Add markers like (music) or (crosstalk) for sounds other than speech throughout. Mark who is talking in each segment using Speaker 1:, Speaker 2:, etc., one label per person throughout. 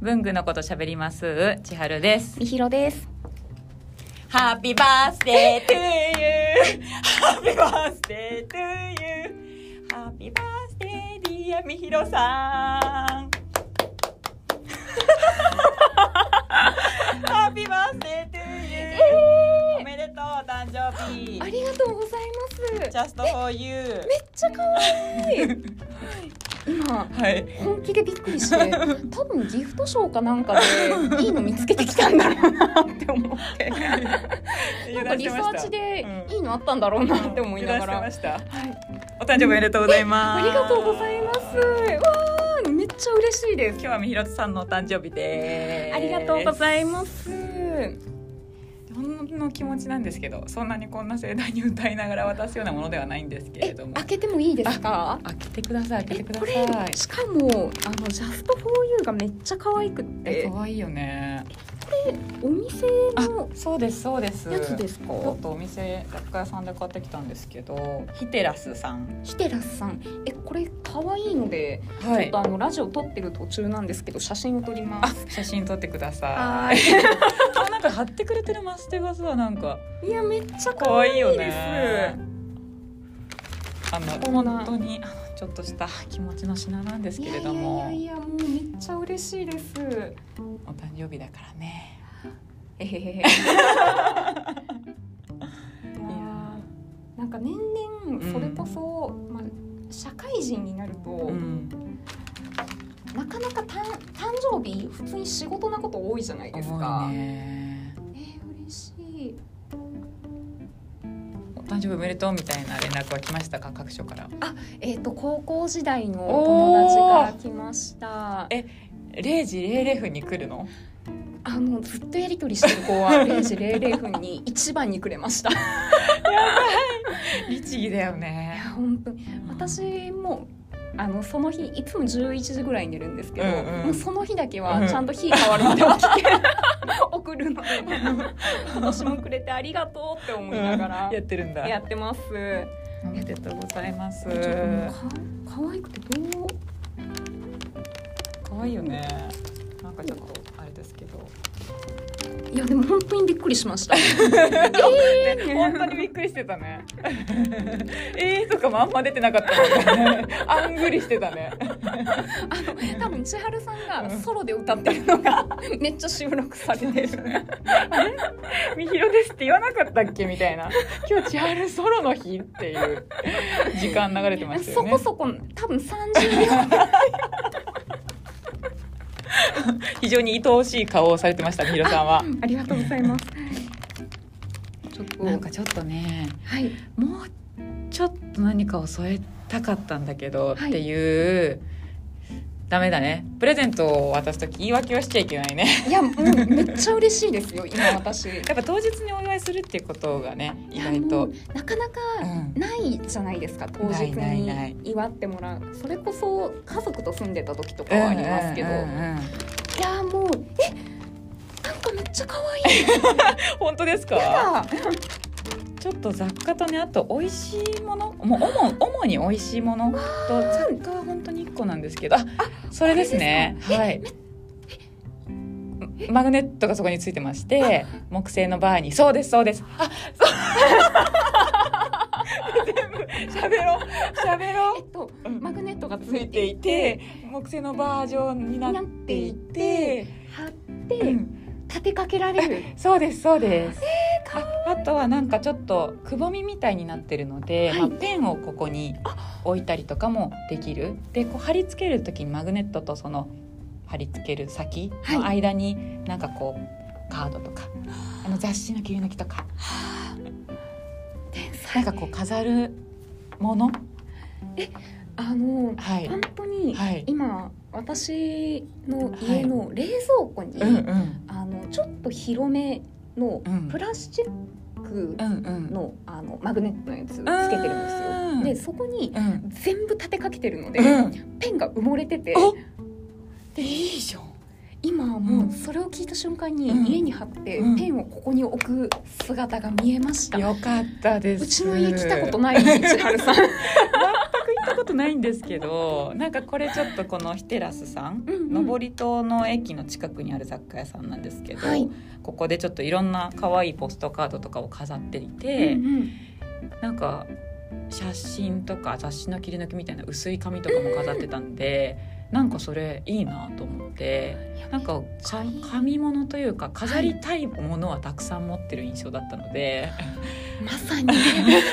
Speaker 1: 文具のこと喋ります千春です
Speaker 2: みひろです。
Speaker 1: ハッピーバースデートゥーユーハッピーバースデートゥーユーハッピーバースデーディアみひろさん (laughs) ハッピーバースデートゥーユーおめでとう誕生日
Speaker 2: ありがとうございます。
Speaker 1: Just for you (laughs)
Speaker 2: めっちゃ可愛い。今
Speaker 1: はい
Speaker 2: 本気でびっくり (laughs) して、多分ギフトショーかなんかでいいの見つけてきたんだろうなって (laughs) 思って、なんかリサー
Speaker 1: (laughs)
Speaker 2: チでいいのあったんだろうなって思いなが
Speaker 1: 油
Speaker 2: ら。
Speaker 1: 断してました
Speaker 2: はい
Speaker 1: お誕生日おめでとうございま
Speaker 2: あ
Speaker 1: す
Speaker 2: りがとうございます。わあ、めっちゃ嬉しいです
Speaker 1: 今。日はみひろさんのお誕生日です
Speaker 2: ありがとうございますす。
Speaker 1: ほんの気持ちなんですけどそんなにこんな盛大に歌いながら渡すようなものではないんですけれ
Speaker 2: え、
Speaker 1: ども
Speaker 2: 開けてもいいですか？
Speaker 1: 開けてください開
Speaker 2: え、これしかもあのジャストフォーユーがめっちゃ可愛くって。
Speaker 1: 可愛いよね
Speaker 2: お店の
Speaker 1: そうですそうです
Speaker 2: やつですか
Speaker 1: ちょっとお店雑貨屋さんで買ってきたんですけどヒテラスさん
Speaker 2: ヒテラスさんえこれ可愛いので、
Speaker 1: は
Speaker 2: ちょっとあのラジオ撮ってる途中なんですけど写真を撮りま
Speaker 1: あ
Speaker 2: す
Speaker 1: 写真撮ってくださ
Speaker 2: はい
Speaker 1: いあなんか貼ってくれてるマステがさなんか
Speaker 2: (laughs) いやめっちゃ
Speaker 1: 可
Speaker 2: 可
Speaker 1: 愛
Speaker 2: 愛
Speaker 1: い
Speaker 2: い
Speaker 1: よ
Speaker 2: です
Speaker 1: ね。あの
Speaker 2: こんな
Speaker 1: 本当にあのちょっとした気持ちの品なんです
Speaker 2: い
Speaker 1: け
Speaker 2: や
Speaker 1: れ
Speaker 2: いや
Speaker 1: ど
Speaker 2: い
Speaker 1: も、
Speaker 2: やいやもうめっちゃ嬉しいです
Speaker 1: お誕生日だからね。
Speaker 2: えへへへ (laughs) いやーなんか年々それこそ、まあ、社会人になると、
Speaker 1: うん、
Speaker 2: なかなかたん誕生日普通に仕事なこと多いじゃないですか
Speaker 1: 重いね。
Speaker 2: えー嬉しい
Speaker 1: お誕生日おめでとうみたいな連絡は来ましたか各所から。
Speaker 2: えっ、と高校時代のお友達から来ました
Speaker 1: え零時零零分に来るの？
Speaker 2: あのずっとやり取りしてる子
Speaker 1: (laughs)
Speaker 2: は0時00分に一番にくれましたい
Speaker 1: 律儀だよね。
Speaker 2: や本当に私もあのその日いつも11時ぐらいに寝るんですけど、
Speaker 1: うんうん
Speaker 2: もうその日だけ
Speaker 1: うん
Speaker 2: はちゃんと日変わるまで起
Speaker 1: (laughs)
Speaker 2: きて送るので今年もくれてありがとうって思いながら
Speaker 1: うん (laughs) やってるんだ。
Speaker 2: やってます、
Speaker 1: おめでとうございます。
Speaker 2: ちょっともうか可愛くてどう
Speaker 1: 可愛いよね。なんかちょっとあれですけど。
Speaker 2: いやでも本当にびっくりしましたえ
Speaker 1: (laughs)
Speaker 2: ー
Speaker 1: 本当にびっくりしてた (laughs) ね。えーとかもあんま出てなかったもんね。 (laughs) あんぐりしてたね。
Speaker 2: 多分千春さんがソロで歌ってるのが (laughs) めっちゃ収録されてる
Speaker 1: みひろですって言わなかったっけみたいな。今日千春ソロの日っていう時間流れてましたよ
Speaker 2: そ
Speaker 1: ね。
Speaker 2: こそこ多分30秒
Speaker 1: 非常に愛おしい顔をされてましたみひろさんは。
Speaker 2: ありがとうございますちょっと
Speaker 1: (laughs) なんかちょっとね、
Speaker 2: はい
Speaker 1: もうちょっと何かを添えたかったんだけどっ
Speaker 2: はい
Speaker 1: ていう。ダメだね。プレゼントを渡すとき言い訳はしちゃいけないね。 (laughs)
Speaker 2: いやもうめっちゃ嬉しいですよ今私い
Speaker 1: やっぱ当日にお祝いするっていうことがね、意
Speaker 2: や
Speaker 1: 外
Speaker 2: も
Speaker 1: と
Speaker 2: う。なかなか
Speaker 1: うん
Speaker 2: ないじゃないですか当日
Speaker 1: ないないない
Speaker 2: に祝ってもらうそれこそ家族と住んでた時とかはありますけど、
Speaker 1: うんうんうんうん
Speaker 2: いやもうえなんかめっちゃ可愛い
Speaker 1: 本当ですか
Speaker 2: な
Speaker 1: ちょっと雑貨とねあと美味しいものもう主主に美味しいものと雑貨は本当に1個なんですけどあそれですねはいマグネットがそこについてまして木製のバーにそうですそうですあそう全部喋ろう喋ろ
Speaker 2: えっと
Speaker 1: う、うん
Speaker 2: マグネットがつ
Speaker 1: つい
Speaker 2: い
Speaker 1: て
Speaker 2: て
Speaker 1: い
Speaker 2: いて
Speaker 1: て木製のバージョンになっていて
Speaker 2: 貼っ
Speaker 1: う
Speaker 2: て
Speaker 1: ん
Speaker 2: 立てかけられる、
Speaker 1: そうですそうです。
Speaker 2: か
Speaker 1: ああとはなんかちょっとくぼみみたいになってるので、
Speaker 2: はい
Speaker 1: まあ、ペンをここに置いたりとかもできる。でこう貼り付ける時にマグネットとその貼り付ける先の
Speaker 2: は
Speaker 1: 間になんかこうカードとかあの雑誌の切り抜きとか
Speaker 2: 天
Speaker 1: な
Speaker 2: 才
Speaker 1: んかこう飾るもの
Speaker 2: あの
Speaker 1: はい
Speaker 2: 本当に、
Speaker 1: はい。
Speaker 2: 今私の家の冷蔵庫に、
Speaker 1: うんうん
Speaker 2: あのちょっと広めの
Speaker 1: うん
Speaker 2: プラスチック
Speaker 1: うんうん
Speaker 2: の,、あのマグネットのやつつけてるんですよ。
Speaker 1: うん
Speaker 2: でそこに
Speaker 1: うん
Speaker 2: 全部立てかけてるので、
Speaker 1: うん
Speaker 2: ペンが埋もれてて
Speaker 1: おでいいじゃん。
Speaker 2: 今はもうそれを聞いた瞬間に
Speaker 1: うん
Speaker 2: 家に貼って、
Speaker 1: うん
Speaker 2: ペンをここに置く姿が見えました。
Speaker 1: よかったです。 (laughs)
Speaker 2: うちの家来たことない千春さん。
Speaker 1: 全く行ったことことないんですけどなんかこれちょっとこのヒテラスさん、
Speaker 2: うんうん
Speaker 1: 上り島の駅の近くにある雑貨屋さんなんですけど、
Speaker 2: はい
Speaker 1: ここでちょっといろんな可愛いポストカードとかを飾っていて、
Speaker 2: うんうん
Speaker 1: なんか写真とか雑誌の切り抜きみたいな薄い紙とかも飾ってたんで、なんかそれいいなと思ってなんかか紙物というか飾りたいものはたくさん持ってる印象だったので。
Speaker 2: まさに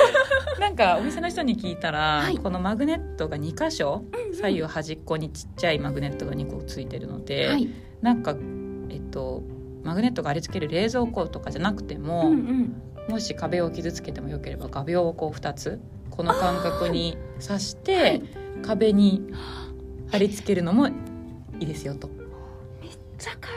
Speaker 1: (laughs) なんかお店の人に聞いたら、
Speaker 2: はい
Speaker 1: このマグネットが2箇所、
Speaker 2: ん
Speaker 1: 左右端っこにちっちゃいマグネットが2個ついてるので、
Speaker 2: はい
Speaker 1: なんかえっとマグネットがありつける冷蔵庫とかじゃなくて
Speaker 2: う
Speaker 1: も、
Speaker 2: んうん
Speaker 1: もし壁を傷つけてもよければ画鋲をこう2つこの間隔に刺して、
Speaker 2: はい
Speaker 1: 壁に貼り付けるのもいいですよと。
Speaker 2: めっちゃ可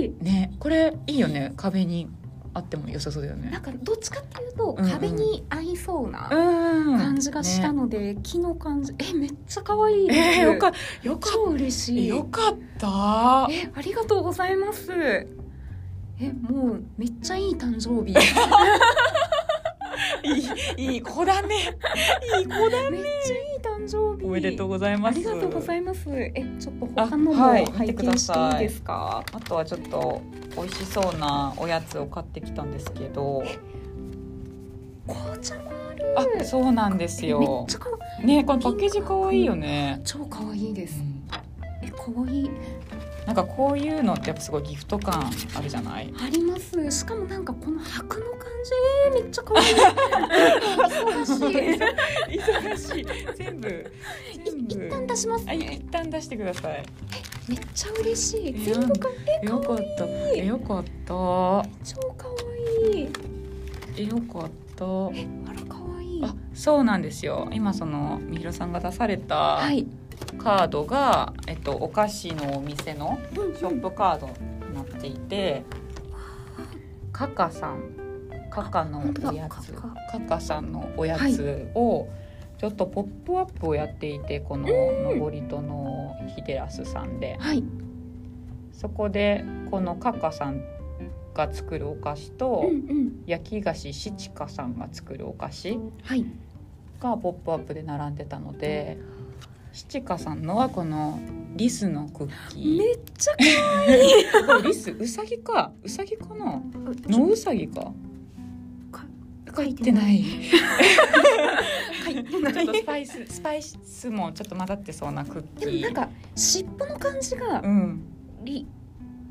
Speaker 2: 愛い
Speaker 1: ねこれいいよね壁にあっても良さそうだよね
Speaker 2: なん。かどっちかっていうと
Speaker 1: うんうん
Speaker 2: 壁に合いそうな
Speaker 1: うん
Speaker 2: 感じがした
Speaker 1: ね
Speaker 2: ので、木の感じえめっちゃ可愛いです
Speaker 1: えー、よかよかっ
Speaker 2: 超嬉しい
Speaker 1: よかった。
Speaker 2: えありがとうございますえもうめっちゃいい誕生日
Speaker 1: いい、いい子だね。いい子だ。
Speaker 2: めっちゃいい誕生日
Speaker 1: おめでとう
Speaker 2: う
Speaker 1: ございます。
Speaker 2: ありがとうござ
Speaker 1: い
Speaker 2: いますえちょっと他のも
Speaker 1: あはい
Speaker 2: 拝見していいですか、
Speaker 1: ます。あとはちょっと美味しそうなおやつを買ってきたんですけど、
Speaker 2: 紅茶もある
Speaker 1: あ、そうなんです
Speaker 2: めっ
Speaker 1: よ
Speaker 2: ち。ゃか
Speaker 1: ね、このパッケージ可愛いよね。
Speaker 2: 超可愛いです
Speaker 1: うん
Speaker 2: え可愛い
Speaker 1: なんかこういうのってやっぱすごいギフト感あるじゃない。
Speaker 2: ありますしかもなんかこの白の感じめっちゃ可愛い
Speaker 1: (laughs)
Speaker 2: 忙しい
Speaker 1: 忙しい。全部。
Speaker 2: い一旦出します
Speaker 1: あ、い一旦出してください。
Speaker 2: めっちゃ嬉しい
Speaker 1: え
Speaker 2: 全部かえ
Speaker 1: よかった。えよかった。
Speaker 2: 超可愛い
Speaker 1: えよかった。
Speaker 2: あら可愛い
Speaker 1: あそうなんですよ今そのみひろさんが出された
Speaker 2: はい
Speaker 1: カードが、えっと、お菓子のお店の
Speaker 2: うん
Speaker 1: ショップカードになっていて、カカさんカカのおやつ
Speaker 2: あ本当だ
Speaker 1: カカさんのおやつを、ちょっとポップアップをやっていてこの登り戸のヒデラスさんで
Speaker 2: はい
Speaker 1: そこでこのカカさんが作るお菓子と、
Speaker 2: うんうん
Speaker 1: 焼き菓子シチカさんが作るお菓子
Speaker 2: はい
Speaker 1: が「ポップアップで並んでたので七花さんのはこのリスのクッキー
Speaker 2: めっちゃ可愛い
Speaker 1: これリスウサギかウサギかなノウサギか
Speaker 2: 書
Speaker 1: 言
Speaker 2: い
Speaker 1: ってないい
Speaker 2: 書いてな
Speaker 1: ちょっと
Speaker 2: い
Speaker 1: スパイススパイスもちょっと混ざってそうなクッキー
Speaker 2: (laughs) でもなんか尻尾の感じが
Speaker 1: うん
Speaker 2: り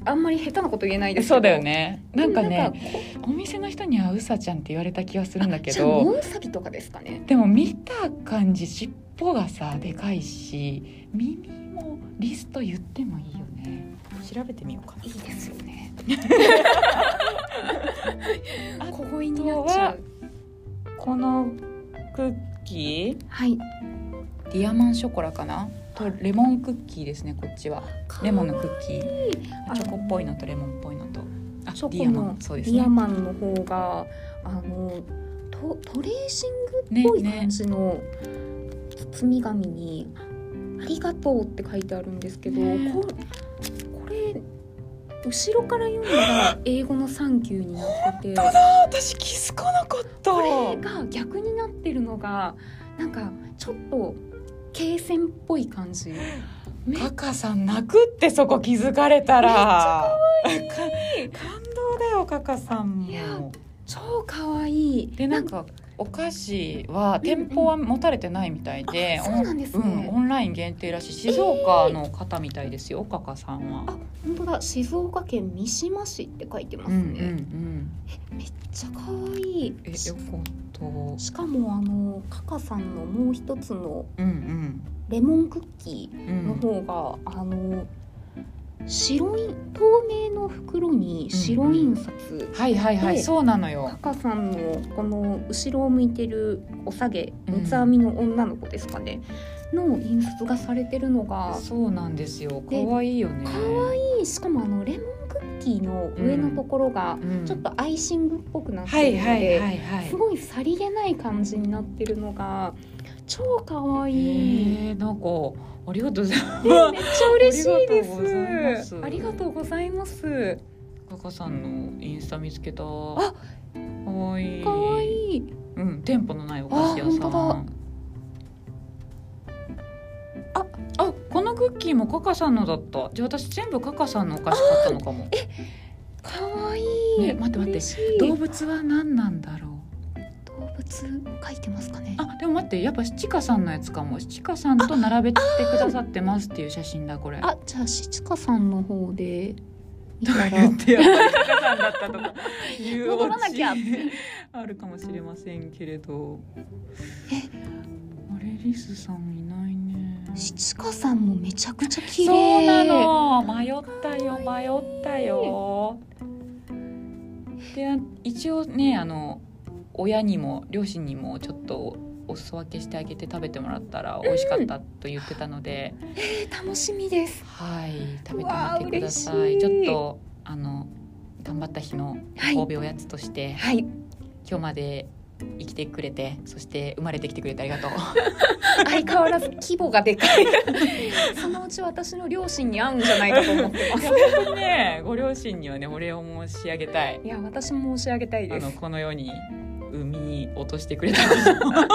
Speaker 2: あんまり下手なこと言えないですけど
Speaker 1: そうだよねなんか
Speaker 2: でも
Speaker 1: ねお店の人にはウサちゃんって言われた気がするんだけ
Speaker 2: じゃあノ
Speaker 1: ど
Speaker 2: ウサビとかですかね
Speaker 1: でも見た感じ尻尾がさでかいし耳もリスと言ってもいいよね調べてみようかない
Speaker 2: いですよね
Speaker 1: あ
Speaker 2: 小声になっちゃう
Speaker 1: このクッキ
Speaker 2: はい
Speaker 1: ーディアマンショコラかなとレモンクッキーですねこっちはレモンのクッキー
Speaker 2: あ
Speaker 1: チョコっぽいのとレモンっぽいのとあ
Speaker 2: チョ
Speaker 1: デ
Speaker 2: コ
Speaker 1: ィアマン
Speaker 2: の
Speaker 1: そう
Speaker 2: デ
Speaker 1: です
Speaker 2: ィ
Speaker 1: ね
Speaker 2: アマンの方があのトトレーシング
Speaker 1: ね
Speaker 2: っぽい
Speaker 1: ね
Speaker 2: 感じの包み紙に「ありがとう」って書いてあるんですけど、
Speaker 1: ね
Speaker 2: ここれ後ろから読んだら英語の「サンキュー」になってて
Speaker 1: あ私気づかなかった
Speaker 2: これが逆になってるのがなんかちょっと罫線っぽい感じ。めっ
Speaker 1: カカさん泣くってそこ気づかれたらめっちゃ
Speaker 2: いい
Speaker 1: 感動だよカカさん
Speaker 2: いや
Speaker 1: も
Speaker 2: 超可愛い
Speaker 1: でなんかお菓子は店舗は持たれてないみたいで、
Speaker 2: あそうなんですね
Speaker 1: うんオンライン限定らしい静岡の方みたいですよ、カカさんは
Speaker 2: あ本当だ静岡県三島市って書いてま
Speaker 1: う
Speaker 2: す
Speaker 1: ん
Speaker 2: ね、
Speaker 1: うんうん
Speaker 2: めっちゃ可愛い
Speaker 1: えよかったうん
Speaker 2: しかもあのカカさんのもう一つの
Speaker 1: うん
Speaker 2: レモンクッキ
Speaker 1: う
Speaker 2: ーの
Speaker 1: ん
Speaker 2: 方が、あの白い透明の袋に白印刷、
Speaker 1: はいはいはい
Speaker 2: で
Speaker 1: そうなのよ
Speaker 2: カカさんのこの後ろを向いてるお下げ三つ編みの女の子ですかね、の印刷がされてるのが
Speaker 1: そうなんですよ可
Speaker 2: で
Speaker 1: 愛いよね
Speaker 2: 可愛いしかもあのレモンクッキーの上のところが
Speaker 1: うん
Speaker 2: ちょっとアイシングっぽくなっ
Speaker 1: は
Speaker 2: て
Speaker 1: い
Speaker 2: るので、
Speaker 1: はいはいはい
Speaker 2: すごいさりげない感じになってるのが超可愛い。
Speaker 1: えー、なんかありがとうござい
Speaker 2: えーめっちゃ嬉しいで
Speaker 1: ます
Speaker 2: す。ありがとうございます。
Speaker 1: ますカカさんのインスタ見つけた
Speaker 2: あ
Speaker 1: 可愛い
Speaker 2: 可愛いい。
Speaker 1: うん店舗のないお菓子屋さん
Speaker 2: あ本
Speaker 1: のクッキーもカカさんのだったじゃあ私全部カカさんのお菓子買ったのかも
Speaker 2: 可愛い
Speaker 1: ね待って待って
Speaker 2: 嬉しい
Speaker 1: 動物は何なんだろう
Speaker 2: 動物書いてますかね
Speaker 1: あでも待ってやっぱ七香さんのやつかも七香さんと並べてくださってますっていう写真だこれ
Speaker 2: あじゃあしちかさんの方で見
Speaker 1: と
Speaker 2: た
Speaker 1: から言ってやっぱり七香さんだったとかいうオチ
Speaker 2: 戻らなきゃって
Speaker 1: あるかもしれませんけれど
Speaker 2: え
Speaker 1: あれリスさんいないね
Speaker 2: しちかさんもめちゃくちゃ綺麗
Speaker 1: そうなの迷ったよ迷ったよであ一応ねあの親にも両親にもちょっとお裾分けしてあげて食べてもらったら美味しかったと言ってたので、
Speaker 2: えー楽しみです
Speaker 1: はい食
Speaker 2: うわ
Speaker 1: べて
Speaker 2: ー
Speaker 1: みてください
Speaker 2: 嬉しい
Speaker 1: ちょっとあの頑張った日の
Speaker 2: はい
Speaker 1: ご褒美おやつとして、
Speaker 2: はい
Speaker 1: 今日まで生きてくれてそして生まれてきてくれてありがとう
Speaker 2: 相変わらず規模がでか (laughs) いそのうち私の両親に会うんじゃないかと思ってます
Speaker 1: 本当にねご両親にはねお礼を申し上げたい
Speaker 2: いや私も申し上げたい
Speaker 1: あ
Speaker 2: で
Speaker 1: の
Speaker 2: す
Speaker 1: この世に産み落としてくれた (laughs) こと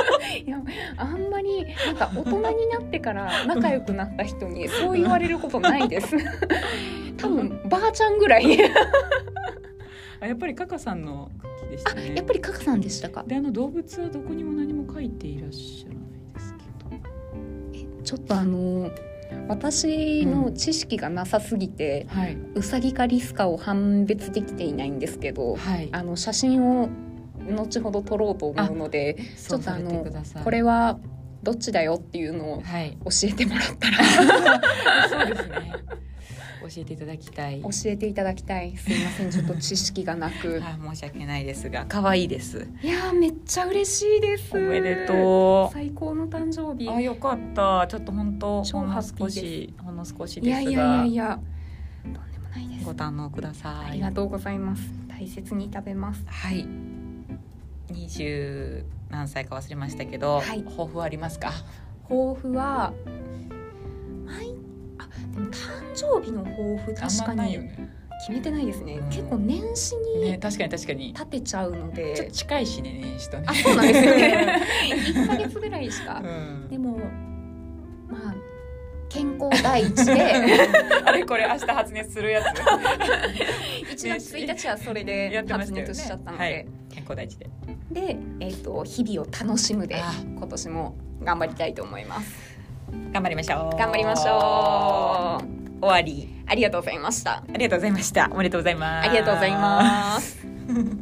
Speaker 2: あんまりなんか大人になってから仲良くなった人にそう言われることないです (laughs) 多分ばあちゃんぐらい
Speaker 1: あやっぱりカカさんのクッキーでしたね
Speaker 2: やっぱりカカさんでしたか
Speaker 1: であの動物はどこにも何も書いていらっしゃらないですけど
Speaker 2: ちょっとあの私の知識がなさすぎて、
Speaker 1: はいう
Speaker 2: さぎかリスかを判別できていないんですけど
Speaker 1: はい
Speaker 2: あの写真を後ほど撮ろうと思うので
Speaker 1: そう
Speaker 2: ちょっとあの
Speaker 1: されてください
Speaker 2: これはどっちだよっていうのを
Speaker 1: はい
Speaker 2: 教えてもらったら
Speaker 1: そうですね。教えていただきたい。
Speaker 2: 教えていただきたいすいませんちょっと知識がなく
Speaker 1: あ申し訳ないですが、可愛いです。
Speaker 2: いやーめっちゃ嬉しいです
Speaker 1: おめでと
Speaker 2: 最高の誕生
Speaker 1: う。
Speaker 2: 日
Speaker 1: あ、よかった。ちょっと本当、
Speaker 2: 超
Speaker 1: ほんの
Speaker 2: ハッピー
Speaker 1: 少
Speaker 2: です
Speaker 1: し、ほんの少し
Speaker 2: い
Speaker 1: で
Speaker 2: や
Speaker 1: す
Speaker 2: いやいや
Speaker 1: が。
Speaker 2: いやとんでもないです
Speaker 1: ご堪能くださ
Speaker 2: あり
Speaker 1: い
Speaker 2: が。とうございます大切に食べます
Speaker 1: はい。二十何歳か忘れましたけど、
Speaker 2: はい
Speaker 1: 抱負はありますか。
Speaker 2: 抱負は毎あでも誕生日の抱負確
Speaker 1: あ
Speaker 2: か
Speaker 1: んまない
Speaker 2: に
Speaker 1: よね。
Speaker 2: 決めてないですね、
Speaker 1: うん
Speaker 2: 結構年始
Speaker 1: ね、
Speaker 2: に
Speaker 1: 確かに、確かに。
Speaker 2: 立てちゃうので、
Speaker 1: ちょっと近いしね、年始とね
Speaker 2: あ。そうなんです
Speaker 1: (laughs)
Speaker 2: よね1ヶ月ぐらいしか
Speaker 1: う、ん
Speaker 2: でもまあ健康第一
Speaker 1: (laughs)
Speaker 2: で
Speaker 1: あれこれ明日発熱するやつ
Speaker 2: 1月1日はそれで
Speaker 1: やってま
Speaker 2: 発
Speaker 1: したよね
Speaker 2: 熱しちゃったので
Speaker 1: はい健康第一で
Speaker 2: で、えー、と日々を楽しむで
Speaker 1: あ
Speaker 2: 今年も頑張りたいと思います
Speaker 1: 頑張りましょう
Speaker 2: 頑張りましょう
Speaker 1: 終わり
Speaker 2: ありがとうございました
Speaker 1: ありがとうございましたおめでとうございま
Speaker 2: あ
Speaker 1: す
Speaker 2: りがとうございます